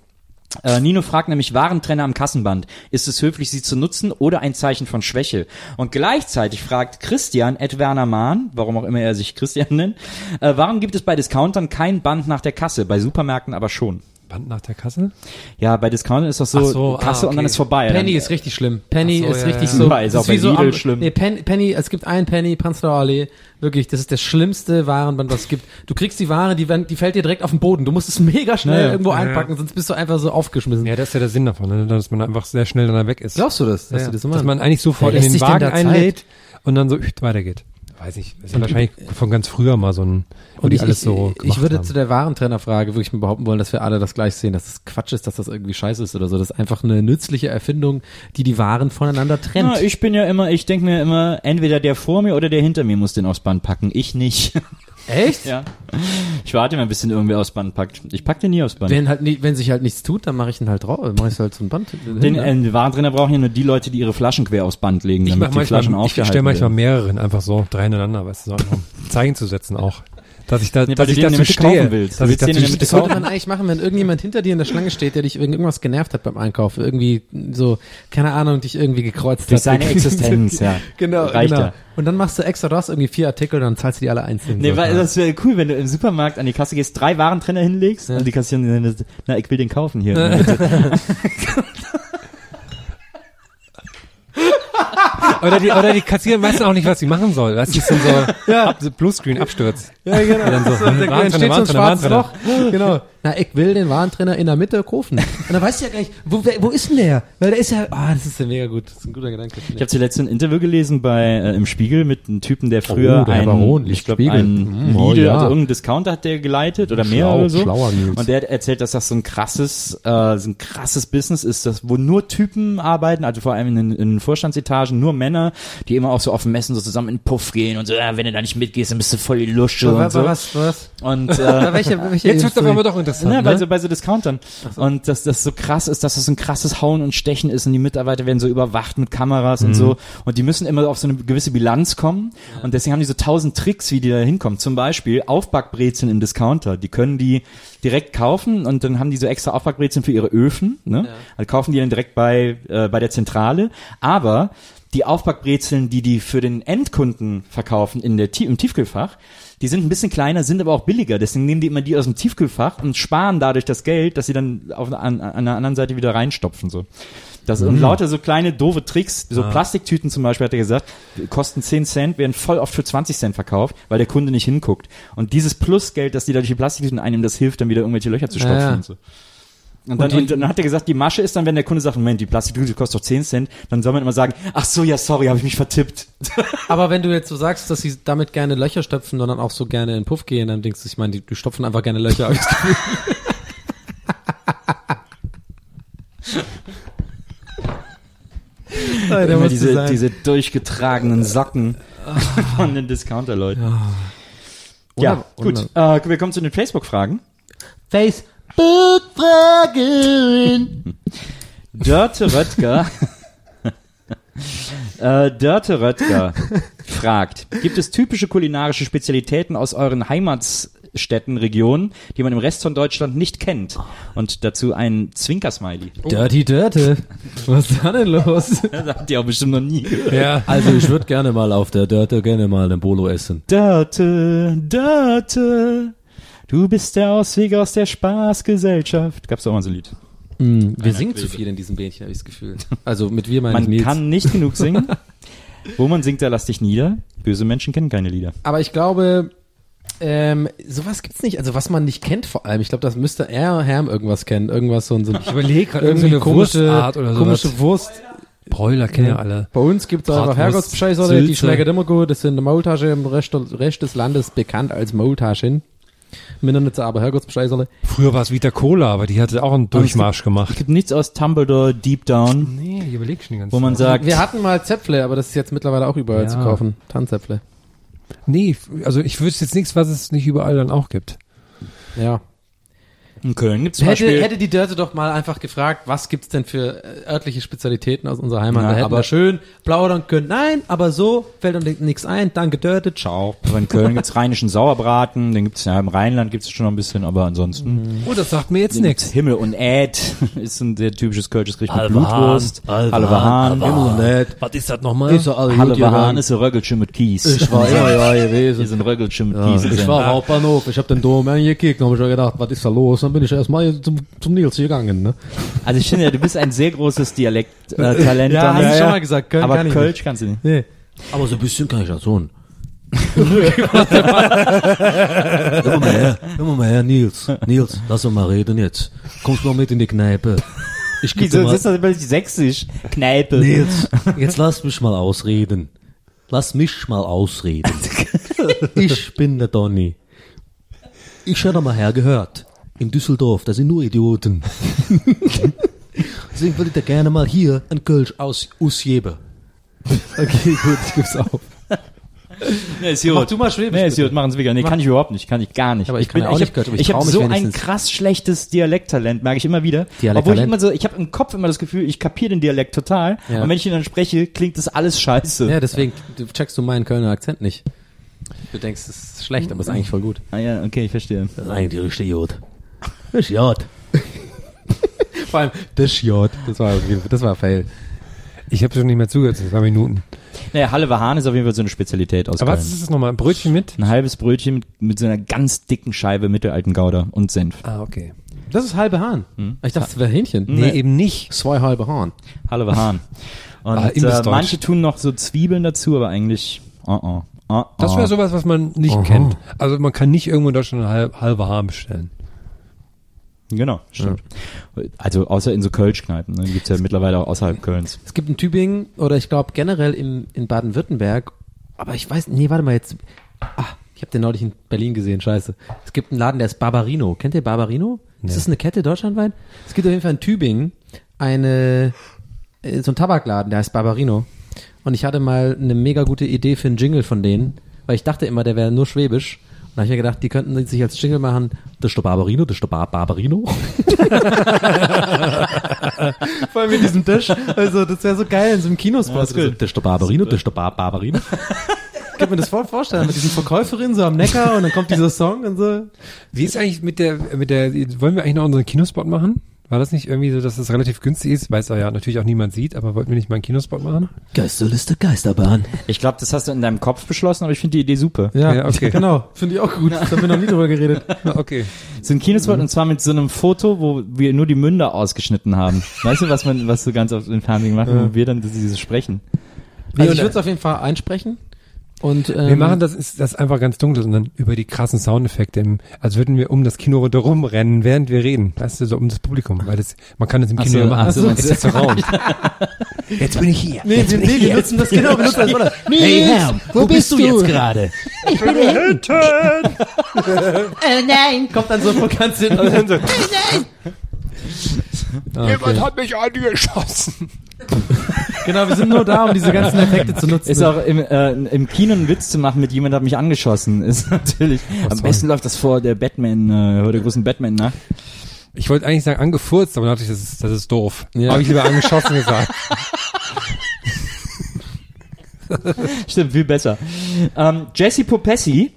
S3: Äh, Nino fragt nämlich, Warentrenner am Kassenband. Ist es höflich, sie zu nutzen oder ein Zeichen von Schwäche? Und gleichzeitig fragt Christian Ed Werner Mahn, warum auch immer er sich Christian nennt, äh, warum gibt es bei Discountern kein Band nach der Kasse, bei Supermärkten aber schon?
S2: Band nach der Kasse?
S3: Ja, bei Discountern ist das so,
S2: Ach so, ah,
S3: Kasse und
S2: okay.
S3: dann ist vorbei.
S4: Penny
S3: dann,
S4: ist richtig schlimm. Penny
S2: Ach so,
S4: ist
S2: ja,
S4: richtig
S2: ja.
S4: so.
S3: Ja, ist auch
S4: das
S3: bei
S4: wie so
S3: Lidl schlimm.
S4: Nee, Penny, Penny, es gibt einen Penny, Prenzlauer Allee. Wirklich, das ist der schlimmste Warenband, was es gibt. Du kriegst die Ware, die, werden- die fällt dir direkt auf den Boden. Du musst es mega schnell
S3: Ja, ja.
S4: irgendwo
S2: Ja, ja.
S4: einpacken, sonst bist du einfach so aufgeschmissen.
S2: Ja, das ist ja der Sinn davon, ne? dass man einfach sehr schnell dann weg ist.
S4: Glaubst du das? Dass
S2: ja,
S4: du das immer-
S2: dass man eigentlich sofort
S4: Wer lässt
S2: in den
S4: sich denn
S2: Wagen
S4: da Zeit?
S2: einlädt und dann so üht, weitergeht. Weiß ich. Das ist ja wahrscheinlich von ganz früher mal so ein, wo die alles so
S4: ich, ich
S2: gemacht
S4: würde
S2: haben.
S4: zu der Warentrennerfrage wirklich mal behaupten wollen, dass wir alle das gleich sehen, dass das Quatsch ist, dass das irgendwie scheiße ist oder so. Das ist einfach eine nützliche Erfindung, die die Waren voneinander trennt.
S3: Na, ich bin ja immer, ich denke mir immer, entweder der vor mir oder der hinter mir muss den aufs Band packen. Ich nicht.
S4: Echt?
S3: ja. Ich warte immer, bis den irgendwer aufs Band packt. Ich pack den nie aufs Band.
S4: Wenn halt nie, wenn sich halt nichts tut, dann mache ich ihn halt drauf, mache ich halt so ein Band.
S3: Den äh, Warentrenner brauchen ja nur die Leute, die ihre Flaschen quer aufs Band legen,
S2: ne? Ich,
S3: damit
S2: mach
S3: die Flaschen
S2: manchmal, ich
S3: aufgehalten
S2: stelle manchmal
S3: werden.
S2: mehrere hin, einfach so, drei ineinander, weißt du, so, einfach, um Zeichen zu setzen auch. Dass ich, da,
S3: Nee, weil
S2: dass
S3: du
S2: ich
S3: den in der
S2: dazu
S3: Mitte kaufen
S2: stehe.
S3: willst.
S2: Dass
S3: Du
S2: ich
S3: willst den in
S2: dazu
S3: der Mitte
S4: Das sollte
S2: stehe.
S4: man eigentlich machen, wenn irgendjemand hinter dir in der Schlange steht, der dich wegen irgendwas genervt hat beim Einkaufen. Irgendwie so, keine Ahnung, dich irgendwie gekreuzt
S3: Durch
S4: hat.
S3: seine Existenz, ja.
S4: genau,
S3: Reicht
S4: genau.
S3: ja. Ne.
S4: Und dann machst du extra, du hast irgendwie vier Artikel, dann zahlst du die alle einzeln.
S3: Nee,
S4: So.
S3: weil das wäre cool, wenn du im Supermarkt an die Kasse gehst, drei Warentrenner hinlegst und die Kassiererin sagt, na, ich will den kaufen hier.
S2: Oder die, oder die kassieren, weißt du auch nicht, was sie machen soll. Weißt du, die sind so, ja. Ab, Bluescreen, Absturz.
S5: Ja, genau.
S2: dann so, hm,
S5: da
S2: Warntrenner,
S5: entsteht so ein
S2: Warntrenner,
S5: schwarzes
S2: Warntrenner.
S5: Loch. Genau.
S4: Na, ich will den Warentrenner in der Mitte kaufen. Und dann weißt du ja gar nicht, wo, wer- wo ist denn der? Weil der ist ja, ah, das ist ja mega gut. Das ist ein guter Gedanke.
S3: Ich habe zuletzt ein Interview gelesen bei äh, im Spiegel mit einem Typen, der früher
S5: Oh, der Herr
S3: einen,
S5: Baron liest
S3: ich glaube,
S5: Spiegel.
S3: einen
S5: Mm, oh
S3: Lidl,
S5: ja.
S3: also irgendeinen Discounter hat der geleitet oder mehr
S5: Schlau,
S3: oder so.
S5: schlauer Nils.
S3: Und der hat erzählt, dass das so ein krasses, äh, so ein krasses Business ist, das, wo nur Typen arbeiten, also vor allem in, den- in den Vorstandsetagen, nur Männer, die immer auch so auf dem Messen so zusammen in den Puff gehen und so, ja, wenn du da nicht mitgehst, dann bist du voll die Lusche und
S4: was,
S3: so.
S4: was, was?
S3: Und äh,
S4: Welche, welche
S2: Jetzt wird's aber immer
S4: Industrie?
S2: doch interessant,
S3: Ne,
S2: ne?
S3: bei, so, bei so Discountern. Und dass das so krass ist, dass das so ein krasses Hauen und Stechen ist und die Mitarbeiter werden so überwacht mit Kameras und so. Und die müssen immer auf so eine gewisse Bilanz kommen. Und deswegen haben die so tausend Tricks, wie die da hinkommen. Zum Beispiel Aufbackbrezeln im Discounter. Die können die direkt kaufen und dann haben die so extra Aufbackbrezeln für ihre Öfen. Ne? Also kaufen die dann direkt bei, äh, bei der Zentrale. Aber die Aufbackbrezeln, die die für den Endkunden verkaufen in der, Tie- im Tiefkühlfach, die sind ein bisschen kleiner, sind aber auch billiger. Deswegen nehmen die immer die aus dem Tiefkühlfach und sparen dadurch das Geld, dass sie dann auf, an, an der anderen Seite wieder reinstopfen. So. Das, Und lauter so kleine doofe Tricks, so Plastiktüten zum Beispiel, hat er gesagt, kosten 10 Cent, werden voll oft für 20 Cent verkauft, weil der Kunde nicht hinguckt. Und dieses Plusgeld, das die dadurch die Plastiktüten einnehmen, das hilft dann wieder irgendwelche Löcher zu stopfen.
S4: Ja, ja.
S3: Und so. Und dann, und dann hat er gesagt, die Masche ist dann, wenn der Kunde sagt, Moment, die Plastiktüte kostet doch 10 Cent, dann soll man immer sagen, ach so, ja, sorry, habe ich mich vertippt.
S4: Aber wenn du jetzt so sagst, dass sie damit gerne Löcher stopfen, sondern auch so gerne in den Puff gehen, dann denkst du, ich meine, die, die stopfen einfach gerne Löcher. hab ich das Gefühl. Nein, der
S3: Immer
S4: muss
S3: diese,
S4: sein.
S3: diese durchgetragenen Socken von den Discounter-Leuten. Ja, gut. Äh, wir kommen zu den Facebook-Fragen.
S4: Facebook-Fragen.
S3: Dörte Röttger. äh, Dörte Röttger fragt, gibt es typische kulinarische Spezialitäten aus euren Heimatstädten, Regionen, die man im Rest von Deutschland nicht kennt? Und dazu ein Zwinkersmiley.
S4: Dirty Dirty. Was ist da denn los?
S3: Das habt ihr auch bestimmt noch nie gehört.
S2: Ja.
S4: Also ich würde gerne mal auf der Dörte gerne mal eine Bolo essen.
S3: Dörte, Dörte, du bist der Ausweg aus der Spaßgesellschaft. Gab's auch mal so ein Lied.
S4: Wir singen zu viel in diesem Bähnchen, habe ich das Gefühl. Also mit wir meine ich
S3: Man
S4: Nils.
S3: kann nicht genug singen. Wo man singt, da lass dich nieder. Böse Menschen kennen keine Lieder.
S4: Aber ich glaube, ähm, sowas gibt's nicht. Also was man nicht kennt vor allem. Ich glaube, das müsste eher Herm irgendwas kennen. Irgendwas so ein so
S2: Ich überlege gerade
S4: irgendwie
S2: irgendwie eine
S4: komische,
S2: Wurstart oder so.
S4: komische Wurst.
S2: Broiler kennen ja alle.
S4: Bei uns gibt's einfach
S2: Bratwurst,
S4: Herrgottsscheißerle, die
S2: Sülze.
S4: schmecken immer gut. Das sind eine Maultasche im Rest, Rest des Landes bekannt als Maultaschen. Wir nennen sie aber Herrgottsscheißerle.
S2: Früher war es Vita Cola, aber die hatte auch einen Durchmarsch
S3: Es
S2: gemacht.
S3: gibt nichts aus Tumbledore Deep Down,
S2: Nee, ich überlege schon die ganze
S3: wo man sagt,
S4: Wir hatten mal Zäpfle, aber das ist jetzt mittlerweile auch überall
S2: Ja.
S4: zu kaufen. Tanzäpfle.
S2: Nee, also ich wüsste jetzt nichts, was es nicht überall dann auch gibt.
S4: Ja.
S3: in Köln gibt's zum
S4: Hätte,
S3: Beispiel...
S4: hätte die Dörte doch mal einfach gefragt, was gibt's denn für äh, örtliche Spezialitäten aus unserer Heimat?
S3: Na,
S4: da hätten
S3: aber-
S4: wir schön plaudern können. Nein, aber so fällt uns nichts ein. Danke Dörte, ciao.
S3: aber in Köln gibt's rheinischen Sauerbraten, den gibt's ja im Rheinland gibt's schon noch ein bisschen, aber
S4: Mhm.
S3: ansonsten
S2: Oh, das sagt mir jetzt
S3: gibt's
S2: nichts.
S3: Himmel und Äd ist ein sehr typisches kölsches Gericht mit Blutwurst, Halverhahn,
S2: Was ist das nochmal?
S4: ja alle
S3: Halverhahn ist ein Röggelchen mit Kies.
S4: Ich war ja, ja
S3: ist
S4: gewesen.
S3: ein Röggelchen mit
S4: Ja,
S3: Kies. ist
S4: ich
S3: ein-
S4: war auf Hauptbahnhof, ich hab den Dom angekickt und hab schon gedacht, was ist da los? Dann bin ich erstmal zum, zum Nils hier gegangen. Ne?
S3: Also ich finde, ja, du bist ein sehr großes Dialekttalent. Äh, Talent,
S4: Ja, hast
S3: Daniel.
S4: du schon mal gesagt, Köln
S3: aber
S4: kann ich
S3: Kölsch kannst du nicht.
S4: Aber so ein bisschen kann ich das schon.
S6: Komm mal her, komm mal her, Nils. Nils, lass uns mal reden jetzt. Kommst mal mit in die Kneipe. Ich geb dir
S3: Wieso
S6: mal,
S3: ist das plötzlich sächsisch? Kneipe.
S6: Nils, jetzt lass mich mal ausreden. Lass mich mal ausreden. Ich bin der Donny. Ich hätte mal hergehört. In Düsseldorf, da sind nur Idioten. Deswegen würde ich da gerne mal hier ein Kölsch aus Usjebe.
S4: Okay, gut, ich gib's auf.
S3: Nee, ist gut.
S4: Mach du mal Schwäbisch,
S3: Nee, ist
S4: bitte.
S3: gut, machen Sie wieder. Nee, kann ich überhaupt nicht, kann ich gar nicht.
S4: Aber ich kann ja auch nicht
S3: hab-
S4: Kölsch, aber ich
S3: ich
S4: trau
S3: habe
S4: mich
S3: so ein
S4: wenigstens.
S3: krass schlechtes Dialekttalent, merke ich immer wieder.
S4: Dialekttalent.
S3: Obwohl ich immer so, ich habe im Kopf immer das Gefühl, ich kapiere den Dialekt total.
S4: Ja.
S3: Und wenn ich ihn dann spreche, klingt das alles scheiße.
S4: Ja, deswegen du checkst du meinen Kölner Akzent nicht. Du denkst, es ist schlecht, aber es ist eigentlich voll gut.
S3: Ah ja, okay, ich verstehe.
S6: Das ist eigentlich der richtige Jod. Das ist Jod.
S4: Vor allem, das Jod, das war, das war fail.
S2: Ich habe schon nicht mehr zugehört, das war Minuten.
S3: Naja, Halle Hahn ist auf jeden Fall so eine Spezialität aus
S2: Aber was
S3: Köln.
S2: ist das nochmal? Ein Brötchen mit?
S3: Ein halbes Brötchen mit, mit so einer ganz dicken Scheibe mittelalten Gouda und Senf.
S2: Ah, okay.
S4: Ah, Das ist halbe Hahn. Ich dachte, das wäre Hähnchen.
S2: Nee, eben nicht.
S4: Zwei halbe Hahn.
S3: Halle Hahn. Und
S2: Ah,
S3: äh,
S2: Imbissdeutsch.
S3: manche tun noch so Zwiebeln dazu, aber eigentlich. Oh, oh, oh, oh.
S2: Das wäre sowas, was man nicht kennt. Also man kann nicht irgendwo in Deutschland eine halb, halbe Haar bestellen.
S3: Genau, stimmt. Also außer in so Kölsch-Kneipen, ne? die gibt's ja mittlerweile auch außerhalb Kölns.
S4: Es gibt in Tübingen oder ich glaube generell in, in Baden-Württemberg, aber ich weiß, nee, warte mal jetzt. Ah, ich habe den neulich in Berlin gesehen, scheiße. Es gibt einen Laden, der ist Barbarino. Kennt ihr Barbarino? Ist das eine Kette deutschlandweit? Es gibt auf jeden Fall in Tübingen eine, äh, so einen Tabakladen, der heißt Barbarino. Und ich hatte mal eine mega gute Idee für einen Jingle von denen, weil ich dachte immer, der wäre nur schwäbisch. Und da habe ich mir gedacht, die könnten sich als Jingle machen, das ist der Barbarino, das ist der Bar Barbarino. Vor allem mit diesem Tisch. Also, das wäre so geil in so einem Kinospot.
S3: ist gut.
S4: das ist der Barbarino, das ist der Bar Barbarino. Ich kann mir das voll vorstellen, mit diesen Verkäuferinnen so am Neckar und dann kommt dieser Song und so.
S2: Wie ist eigentlich mit der, mit der, wollen wir eigentlich noch unseren Kinospot machen? War das nicht irgendwie so, dass das relativ günstig ist? Weiß auch ja natürlich auch niemand sieht, aber wollten wir nicht mal einen Kinospot machen?
S4: Geisterliste Geisterbahn.
S3: Ich glaube, das hast du in deinem Kopf beschlossen, aber ich finde die Idee super.
S4: Ja,
S2: Ja, okay.
S4: genau. Finde ich auch gut. Da haben wir noch nie drüber geredet.
S2: Okay.
S3: So ein Kinospot und zwar mit so einem Foto, wo wir nur die Münder ausgeschnitten haben. Weißt du, was man, was so ganz oft im Fernsehen machen, wo wir dann dieses Sprechen.
S4: Also, ich würde es auf jeden Fall einsprechen. Und, ähm,
S2: Wir machen das, ist das einfach ganz dunkel, sondern über die krassen Soundeffekte, im, als würden wir um das Kino rundherum rennen, während wir reden. Weißt du, so um das Publikum, weil das, man kann das im
S3: Ach
S2: Kino
S3: so,
S2: ja machen.
S3: ach so,
S2: es ist der Raum. Jetzt bin ich hier.
S4: Nee, wir, nee, wir nutzen das genau, wir nutzen das oder?
S6: Hey Herr, wo, bist, du jetzt gerade?
S4: Äh,
S1: Oh nein,
S4: Kommt dann so von ganz hinten.
S2: Jemand hat mich angeschossen.
S4: Genau, wir sind nur da, um diese ganzen Effekte zu nutzen.
S3: Ist auch im, äh, im Kino einen Witz zu machen mit jemand hat mich angeschossen, ist natürlich. am besten läuft das vor der Batman, äh, vor der großen Batman nach.
S2: Ich wollte eigentlich sagen, angefurzt, aber dann dachte ich, das ist, das ist doof. Ja. Habe ich lieber angeschossen gesagt.
S3: Stimmt, viel besser. Ähm, Jessie Popessi,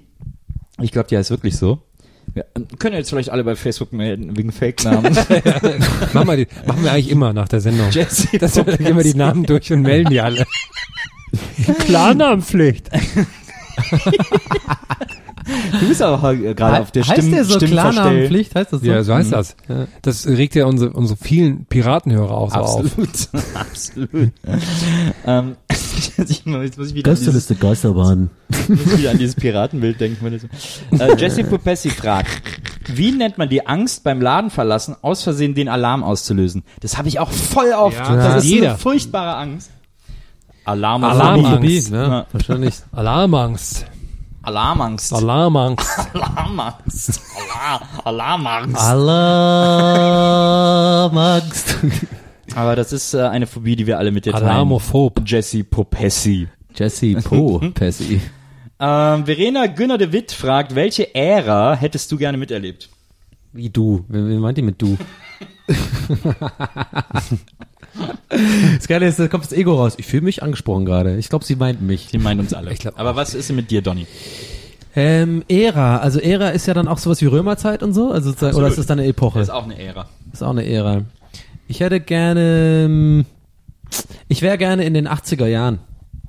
S3: ich glaube, die heißt wirklich so. Ja, ähm, können jetzt vielleicht alle bei Facebook melden, wegen Fake-Namen.
S2: Machen wir, die, machen wir eigentlich immer nach der Sendung.
S3: Jessie
S2: Das gehen wir die Namen durch und melden die alle. Klarnamenpflicht.
S3: Du bist aber äh, gerade auf der
S4: heißt
S3: Stimmen,
S4: der so
S3: Stimmverstell-
S4: Klarnamenpflicht? Heißt das so?
S2: Ja, so
S3: mhm.
S2: heißt das. Das regt ja unsere, unsere vielen Piratenhörer auch so auf.
S3: Absolut, absolut. ähm, jetzt muss ich wieder an, dieses,
S6: Geisterliste Geisterbahn.
S3: muss wieder an dieses Piratenbild denken. wenn das so- Äh, Jesse Popessi fragt, wie nennt man die Angst beim Laden verlassen, aus Versehen den Alarm auszulösen? Das habe ich auch voll oft.
S2: Ja,
S3: das ist
S4: jeder.
S3: eine furchtbare Angst. Alarm
S2: Alarmangst.
S3: Ja.
S4: ne? Wahrscheinlich.
S2: Alarmangst.
S3: Alarmangst.
S2: Alarmangst.
S3: Alarmangst. Alar Alarmangst.
S6: Alarmangst.
S3: Aber das ist äh, eine Phobie, die wir alle mit dir teilen.
S2: Alarmophob.
S3: Jesse Popessi.
S4: Jesse Po, Pessi.
S3: Ähm, Verena Günner de Witt fragt, welche Ära hättest du gerne miterlebt?
S4: Wie du? Wen, wen meint ihr mit du? das Geile ist, da kommt das Ego raus. Ich fühle mich angesprochen gerade. Ich glaube, sie meint mich.
S3: Die meinen uns alle.
S2: Ich glaub-
S3: Aber was ist denn mit dir, Donny?
S4: Ähm, Ära. Also Ära ist ja dann auch sowas wie Römerzeit und so. Also sozusagen, oder ist das dann eine Epoche?
S3: Das ist auch eine Ära.
S4: Ist auch eine Ära. Ich hätte gerne. ähm, Ich wäre gerne in den 80er Jahren.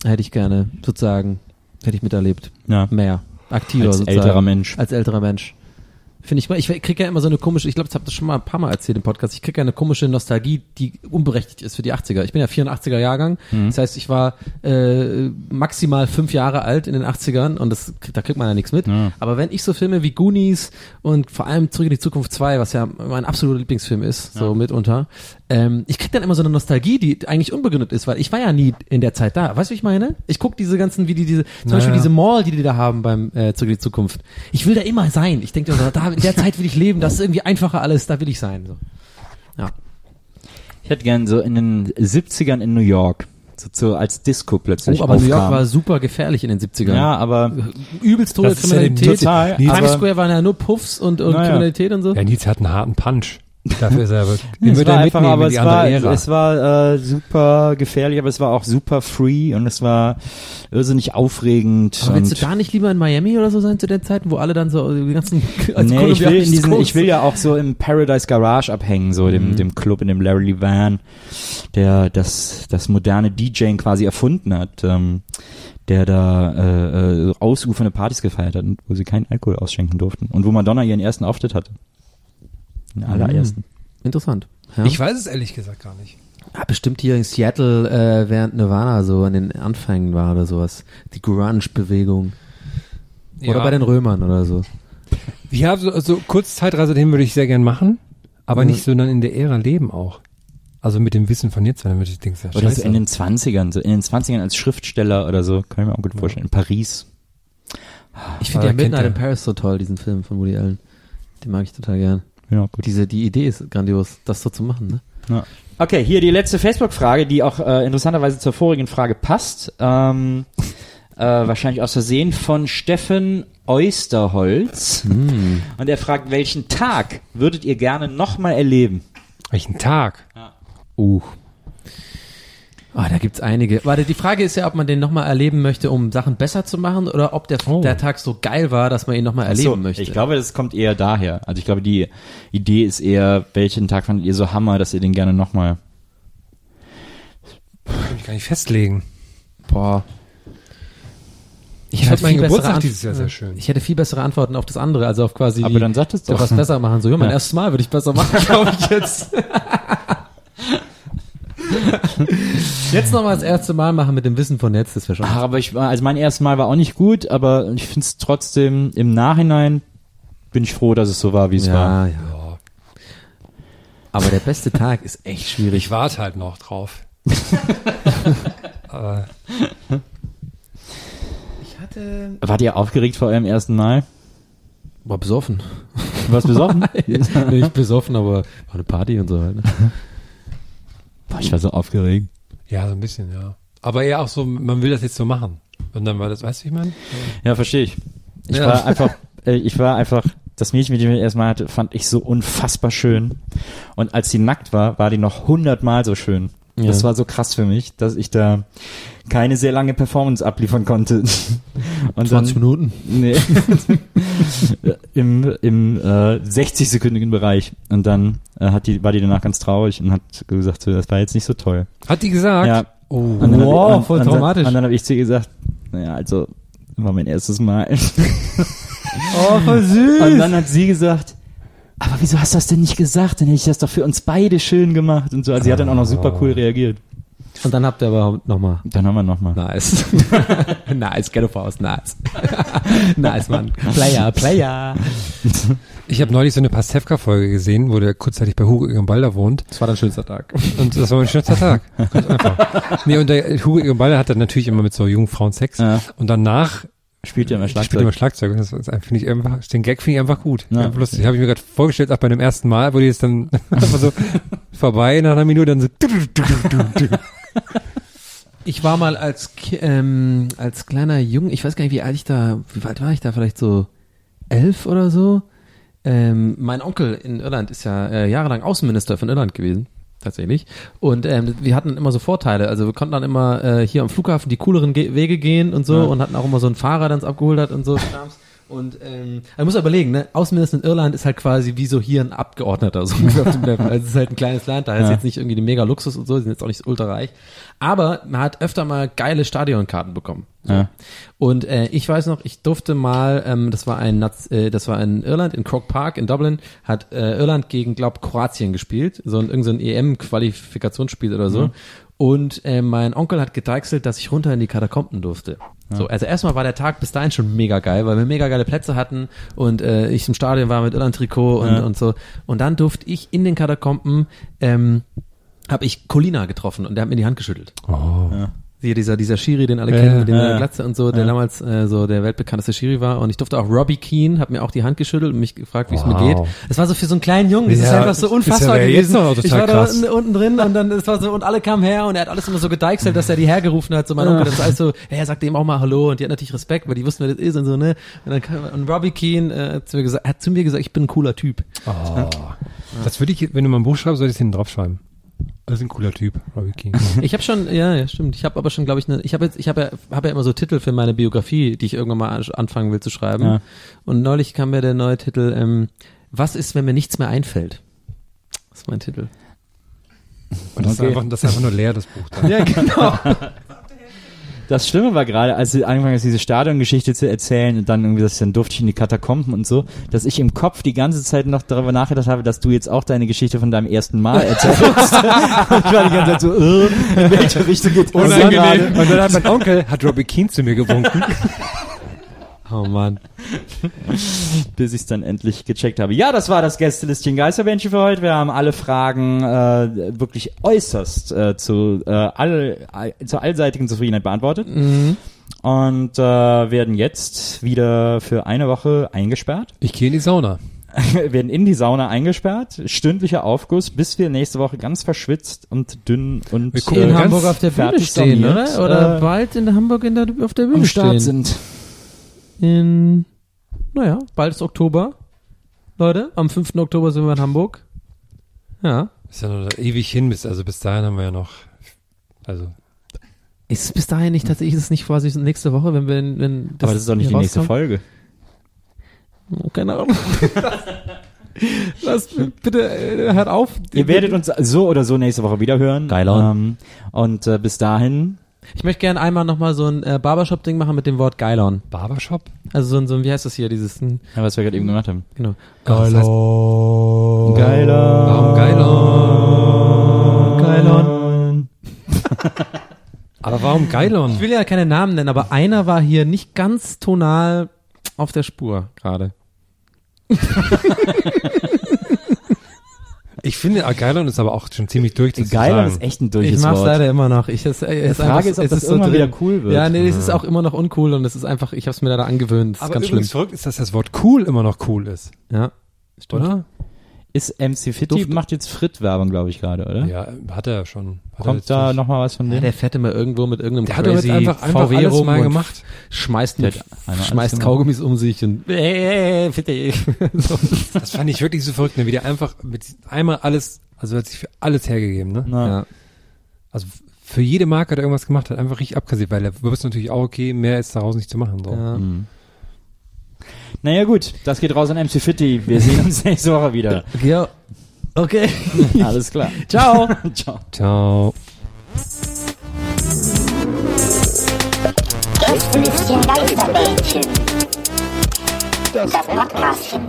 S4: Hätte ich gerne, sozusagen. Hätte ich miterlebt.
S3: Ja.
S4: Mehr. Aktiver
S3: Als
S4: sozusagen.
S3: älterer Mensch.
S4: Als älterer Mensch. Finde ich mal, ich kriege ja immer so eine komische, ich glaube, ich habe das schon mal ein paar Mal erzählt im Podcast, ich kriege ja eine komische Nostalgie, die unberechtigt ist für die 80er. Ich bin ja 84er Jahrgang,
S3: Mhm.
S4: das heißt, ich war äh, maximal fünf Jahre alt in den 80ern und das, krieg- da kriegt man ja nichts mit. Aber wenn ich so Filme wie Goonies und vor allem Zurück in die Zukunft 2, was ja mein absoluter Lieblingsfilm ist, so mitunter, ähm, ich kriege dann immer so eine Nostalgie, die eigentlich unbegründet ist, weil ich war ja nie in der Zeit da. Weißt du, wie ich meine? Ich gucke diese ganzen, wie die diese, zum Beispiel diese Mall, die die da haben beim äh, Zurück in die Zukunft. Ich will da immer sein. Ich denke, da in der Zeit will ich leben. Das ist irgendwie einfacher alles. Da will ich sein. So. Ja.
S3: Ich hätte gern so in den 70ern in New York. So, so als Disco plötzlich.
S4: Oh, aber New
S3: aufkam.
S4: York war super gefährlich in den 70ern.
S3: Ja, aber
S4: Übelst hohe
S2: Das ist ja die
S4: Kriminalität.
S3: total,
S4: Times
S3: aber-
S4: Square waren ja nur Puffs und, und
S3: Naja.
S4: Kriminalität und so.
S2: Ja, Nils hat einen harten Punch. Dafür ist er aber. Den
S3: es
S2: wird
S3: war
S2: er
S3: einfach,
S2: mitnehmen
S3: aber
S2: in
S3: es
S2: die andere
S3: war,
S2: Ära.
S3: es war äh, super gefährlich, aber es war auch super free und es war irrsinnig aufregend.
S4: Aber willst
S3: und
S4: du gar nicht lieber in Miami oder so sein zu den Zeiten, wo alle dann so die ganzen als
S3: nee, ich will, in
S4: kolumbianisches
S3: diesen,
S4: Groß-
S3: ich will ja auch so im Paradise Garage abhängen, so dem, dem Club, in dem Larry Levan, der das, das moderne DJing quasi erfunden hat, ähm, der da äh, äh, ausufernde Partys gefeiert hat, und wo sie keinen Alkohol ausschenken durften und wo Madonna ihren ersten Auftritt hatte. Den allerersten.
S4: Interessant. Ja.
S2: Ich weiß es ehrlich gesagt gar nicht.
S4: Ah, bestimmt hier in Seattle, äh, während Nirvana so an den Anfängen war oder sowas. Die Grunge-Bewegung. Oder
S2: Ja.
S4: bei den Römern oder so.
S2: Ja, so, so kurz Zeitreise dahin würde ich sehr gern machen, aber
S4: Mhm.
S2: nicht so dann in der Ära leben auch. Also mit dem Wissen von jetzt, dann würde ich denken, ja
S3: Oder so in
S2: scheiße.
S3: den 20ern, so in den 20ern als Schriftsteller oder so, kann ich mir auch gut vorstellen. In Paris.
S4: Ich
S2: Ah,
S4: finde ja
S2: kennt
S4: Midnight
S2: ihr.
S4: in Paris so toll, diesen Film von Woody Allen. Den mag ich total gern.
S3: Ja, gut.
S4: Diese, die Idee ist grandios, das so zu machen, ne?
S3: Okay, hier die letzte Facebook-Frage, die auch äh, interessanterweise zur vorigen Frage passt. Ähm, äh, wahrscheinlich aus Versehen von Steffen Eusterholz.
S4: Hm.
S3: Und er fragt, welchen Tag würdet ihr gerne nochmal erleben?
S2: Welchen Tag?
S4: Uh. Ah, da gibt's einige. Warte, die Frage ist ja, ob man den nochmal erleben möchte, um Sachen besser zu machen, oder ob der,
S2: Oh.
S4: der Tag so geil war, dass man ihn nochmal erleben
S3: So,
S4: möchte.
S3: Ich glaube, das kommt eher daher. Also ich glaube, die Idee ist eher, welchen Tag fandet ihr so Hammer, dass ihr den gerne nochmal.
S2: Kann ich gar nicht festlegen.
S4: Boah. Ich,
S2: fand meinen
S4: viel bessere
S2: Geburtstag
S4: Ant-
S2: dieses Jahr sehr schön.
S4: Ich hätte viel bessere Antworten auf das andere, also auf quasi
S3: Aber
S4: die,
S3: dann sag das
S4: so
S3: doch.
S4: was besser machen. So, ja, mein
S3: Ja.
S4: erstes Mal würde ich besser machen, glaube ich jetzt. jetzt nochmal das erste Mal machen mit dem Wissen von jetzt, das wäre schon.
S3: Ach, aber ich war, also mein erstes Mal war auch nicht gut, aber ich finde es trotzdem im Nachhinein bin ich froh, dass es so war, wie es
S4: ja,
S3: war.
S4: ja.
S2: Ja.
S4: Aber der beste Tag ist echt schwierig.
S2: Ich warte halt noch drauf. aber
S4: Ich hatte.
S3: Wart ihr aufgeregt vor eurem ersten Mal?
S4: War besoffen.
S3: Was besoffen?
S4: nee, nicht besoffen, aber war eine Party und so halt. Ne?
S3: Boah, ich war so aufgeregt.
S2: ja, so ein bisschen, ja. Aber eher auch so, man will das jetzt so machen. Und dann war das, weißt du, wie ich meine?
S3: Ja, verstehe ich. Ich
S4: Ja.
S3: war einfach, äh, ich war einfach, das Mädchen, mit dem ich erstmal hatte, fand ich so unfassbar schön. Und als sie nackt war, war die noch hundertmal so schön. Das war so krass für mich, dass ich da keine sehr lange Performance abliefern konnte. Und
S4: 20
S3: dann,
S4: Minuten.
S3: nee, im im äh, 60-sekündigen Bereich. Und dann äh, hat die, war die danach ganz traurig und hat gesagt, so, das war jetzt nicht so toll.
S2: Hat die gesagt?
S3: Ja.
S2: Oh.
S3: Und dann hab
S4: Wow,
S3: ich, und,
S4: voll
S3: und,
S4: traumatisch.
S3: Dann, und dann habe ich zu ihr gesagt, naja, also war mein erstes Mal.
S4: Oh, voll süß.
S3: Und dann hat sie gesagt, aber wieso hast du das denn nicht gesagt? Dann hätte ich das doch für uns beide schön gemacht und so. Also sie hat dann auch noch super cool reagiert.
S4: Und dann habt ihr aber nochmal.
S3: Dann haben wir nochmal.
S4: Nice. nice, get off aus, nice. nice, Mann. Player, Player.
S2: Ich habe neulich so eine Pastewka-Folge gesehen, wo der kurzzeitig bei Hugo Egambalda wohnt.
S4: Das war dein schönster Tag.
S2: Und das war mein schönster Tag. Ganz einfach. Nee, und der Hugo Egambalda hat dann natürlich immer mit so jungen Frauen Sex.
S3: Ja.
S2: Und danach
S3: Spielt ja immer
S2: spielt er immer
S3: Schlagzeug.
S2: Schlagzeug. Und das ist einfach- finde ich einfach, den Gag finde ich einfach gut.
S3: Ja.
S2: Einfach lustig. Habe ich mir gerade vorgestellt, auch bei dem ersten Mal, wo die jetzt dann einfach so vorbei nach einer Minute dann so.
S4: Ich war mal als, Ki- ähm, als kleiner Junge, ich weiß gar nicht, wie alt ich da, wie alt war ich da, vielleicht so elf oder so. Ähm, mein Onkel in Irland ist ja äh, jahrelang Außenminister von Irland gewesen, tatsächlich. Und ähm, wir hatten immer so Vorteile. Also wir konnten dann immer äh, hier am Flughafen die cooleren Ge Wege gehen und so und hatten auch immer so einen Fahrer, der uns abgeholt hat und so. Krams. Und ähm, man muss überlegen, ne? Außenminister in Irland ist halt quasi wie so hier ein Abgeordneter so ungefähr auf dem Level. Also es ist halt ein kleines Land, da ist jetzt nicht irgendwie die mega Luxus und so, die sind jetzt auch nicht so ultrareich. Aber man hat öfter mal geile Stadionkarten bekommen. So.
S3: Ja.
S4: Und äh, ich weiß noch, ich durfte mal, ähm, das war ein Naz- äh, das war in Irland, in Croke Park in Dublin, hat äh, Irland gegen, glaub, Kroatien gespielt, so ein, irgend so ein EM-Qualifikationsspiel oder so. Und äh, mein Onkel hat gedeichselt, dass ich runter in die Katakomben durfte. So, also erstmal war der Tag bis dahin schon mega geil, weil wir mega geile Plätze hatten und äh, ich im Stadion war mit Irland-Trikot und, und so. Und dann durfte ich in den Katakomben, ähm, habe ich Colina getroffen und der hat mir die Hand geschüttelt.
S2: Oh.
S4: Hier dieser, dieser Schiri, den alle
S2: Ja,
S4: kennen,
S2: ja.
S4: mit dem äh,
S3: Ja, ja.
S4: Glatze und so, der damals äh, so der weltbekannteste Schiri war. Und ich durfte auch Robbie Keane, hat mir auch die Hand geschüttelt und mich gefragt, wie es mir
S2: Wow.
S4: geht. Es war so für so einen kleinen Jungen, das ist halt
S2: Ja,
S4: einfach so
S2: das
S4: unfassbar
S2: wäre jetzt
S4: gewesen.
S2: noch total
S4: ich war
S2: krass.
S4: da unten, unten drin und dann es war so, und alle kamen her und er hat alles immer so gedeichselt, dass er die hergerufen hat. So mein Onkel, das ist alles so, hey, er sagt ihm auch mal Hallo und die hat natürlich Respekt, weil die wussten, wer das ist und so, ne? Und dann kam, und Robbie Keane äh, hat zu mir gesagt, hat zu mir gesagt, ich bin ein cooler Typ.
S2: Das würde ich, wenn du mal ein Buch schreibst, soll ich es hinten draufschreiben. Das ist ein cooler Typ, Robbie King.
S4: Ich habe schon, ja, ja, stimmt. Ich habe aber schon, glaube ich, ne, ich habe jetzt, ich habe ja, hab ja immer so Titel für meine Biografie, die ich irgendwann mal an- anfangen will zu schreiben.
S3: Ja.
S4: Und neulich kam mir der neue Titel, ähm, Was ist, wenn mir nichts mehr einfällt? Das ist mein Titel.
S2: Und das, ist
S3: Okay.
S2: genau. einfach, das ist einfach nur leer, das Buch. Da.
S4: Ja, genau.
S3: Das Schlimme war gerade, als sie angefangen hat, diese Stadiongeschichte zu erzählen und dann irgendwie, dass dann durfte ich in die Katakomben und so, dass ich im Kopf die ganze Zeit noch darüber nachgedacht habe, dass du jetzt auch deine Geschichte von deinem ersten Mal erzählst. und ich war die ganze Zeit so, äh, in welche Richtung geht das denn gerade?
S2: Und dann hat mein Onkel, hat Robbie Keane zu mir gewunken.
S6: Oh Mann.
S3: bis ich es dann endlich gecheckt habe. Ja, das war das Gästelistchen Geisterbändchen für heute. Wir haben alle Fragen äh, wirklich äußerst äh, zu, äh, alle, all- zur allseitigen Zufriedenheit beantwortet.
S4: Mhm.
S3: Und äh, werden jetzt wieder für eine Woche eingesperrt.
S2: Ich gehe in die Sauna.
S3: werden in die Sauna eingesperrt. Stündlicher Aufguss, bis wir nächste Woche ganz verschwitzt und dünn und
S2: Wir
S4: Die
S2: gucken
S3: äh,
S4: in
S2: ganz
S4: Hamburg auf der Bühne
S3: fertig
S4: stehen, ne?
S3: saniert,
S4: oder? Oder
S3: äh,
S4: bald in Hamburg in der, auf der
S3: am
S4: Bühne
S3: Start
S4: stehen.
S3: sind.
S4: In, naja, bald ist Oktober. Leute, am 5. Oktober sind wir in Hamburg. Ja.
S2: Ist ja noch ewig hin, bis, also bis dahin haben wir ja noch, also.
S4: Ist es bis dahin nicht tatsächlich, ist es nicht quasi nächste Woche, wenn wir, wenn
S3: Aber das ist doch nicht die
S4: hier
S3: nächste
S4: rauskommt?
S3: Folge.
S4: Oh, Keine Ahnung. Lasst mich bitte, äh, hört auf.
S3: Ihr werdet uns so oder so nächste Woche wieder hören.
S6: Geiler.
S3: Ähm, und äh, bis dahin
S4: Ich möchte gerne einmal nochmal so ein äh, Barbershop-Ding machen mit dem Wort Geilon.
S2: Barbershop?
S4: Also so ein, so ein, wie heißt das hier, dieses, hm,
S3: Ja, was wir gerade eben gemacht haben.
S4: genau.
S2: Geilon.
S3: Geiler.
S2: Warum Geilon?
S3: Geilon.
S2: Aber warum Geilon?
S4: Ich will ja keine Namen nennen, aber einer war hier nicht ganz tonal auf der Spur gerade.
S2: Ich finde, ah, Geilon ist aber auch schon ziemlich durch. das zu
S3: Geilon ist
S2: sagen.
S3: echt ein
S4: Ich
S3: durches
S4: mach's
S3: Wort.
S4: leider immer noch. Ich, das, äh,
S3: Die
S4: es
S3: Frage
S4: einfach,
S3: ist, ob
S4: es
S3: das
S4: ist
S3: irgendwann
S4: so drin.
S3: wieder cool wird.
S4: Ja, nee, es ist auch immer noch uncool und es ist einfach, ich hab's mir leider angewöhnt. Das ist
S2: Aber
S4: ganz
S2: übrigens
S4: schlimm.
S2: verrückt ist, dass das Wort cool immer noch cool ist.
S4: Ja.
S2: Oder?
S3: Ist MC Fitti
S4: Duft-
S3: macht jetzt Fritt-Werbung, glaube ich, gerade, oder?
S2: Ja, hat er schon. Hat er
S3: Kommt
S2: jetzt
S3: da
S2: nicht.
S3: nochmal was von
S4: Ja,
S3: dem?
S4: der fährt immer irgendwo mit irgendeinem
S2: Hm? Der hat doch
S4: crazy
S2: jetzt einfach, einfach
S4: VW
S2: alles
S4: rum
S2: mal
S4: und
S2: gemacht.
S4: schmeißt,
S3: Der
S4: mit,
S3: hat einmal alles
S4: schmeißt
S3: gemacht.
S4: Kaugummis um sich und äh, bitte. so.
S2: Das fand ich wirklich so verrückt, ne? wie der einfach mit einmal alles, also hat sich für alles hergegeben, ne?
S3: Na,
S4: ja.
S2: Also f- für jede Marke hat er irgendwas gemacht, hat einfach richtig abkassiert, weil er wusste natürlich auch, okay, mehr ist daraus nicht zu machen. So.
S4: Ja.
S3: Naja, gut. Das geht raus an MC Fitti. Wir sehen uns nächste Woche wieder.
S4: ja. Okay.
S3: Alles klar. Ciao. Ciao.
S2: Ciao.
S5: Gästelistchen Geisterbähnchen. Das Podcastchen.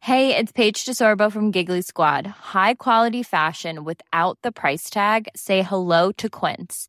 S7: Hey, it's Paige DeSorbo from Giggly Squad. High quality fashion without the price tag. Say hello to Quince.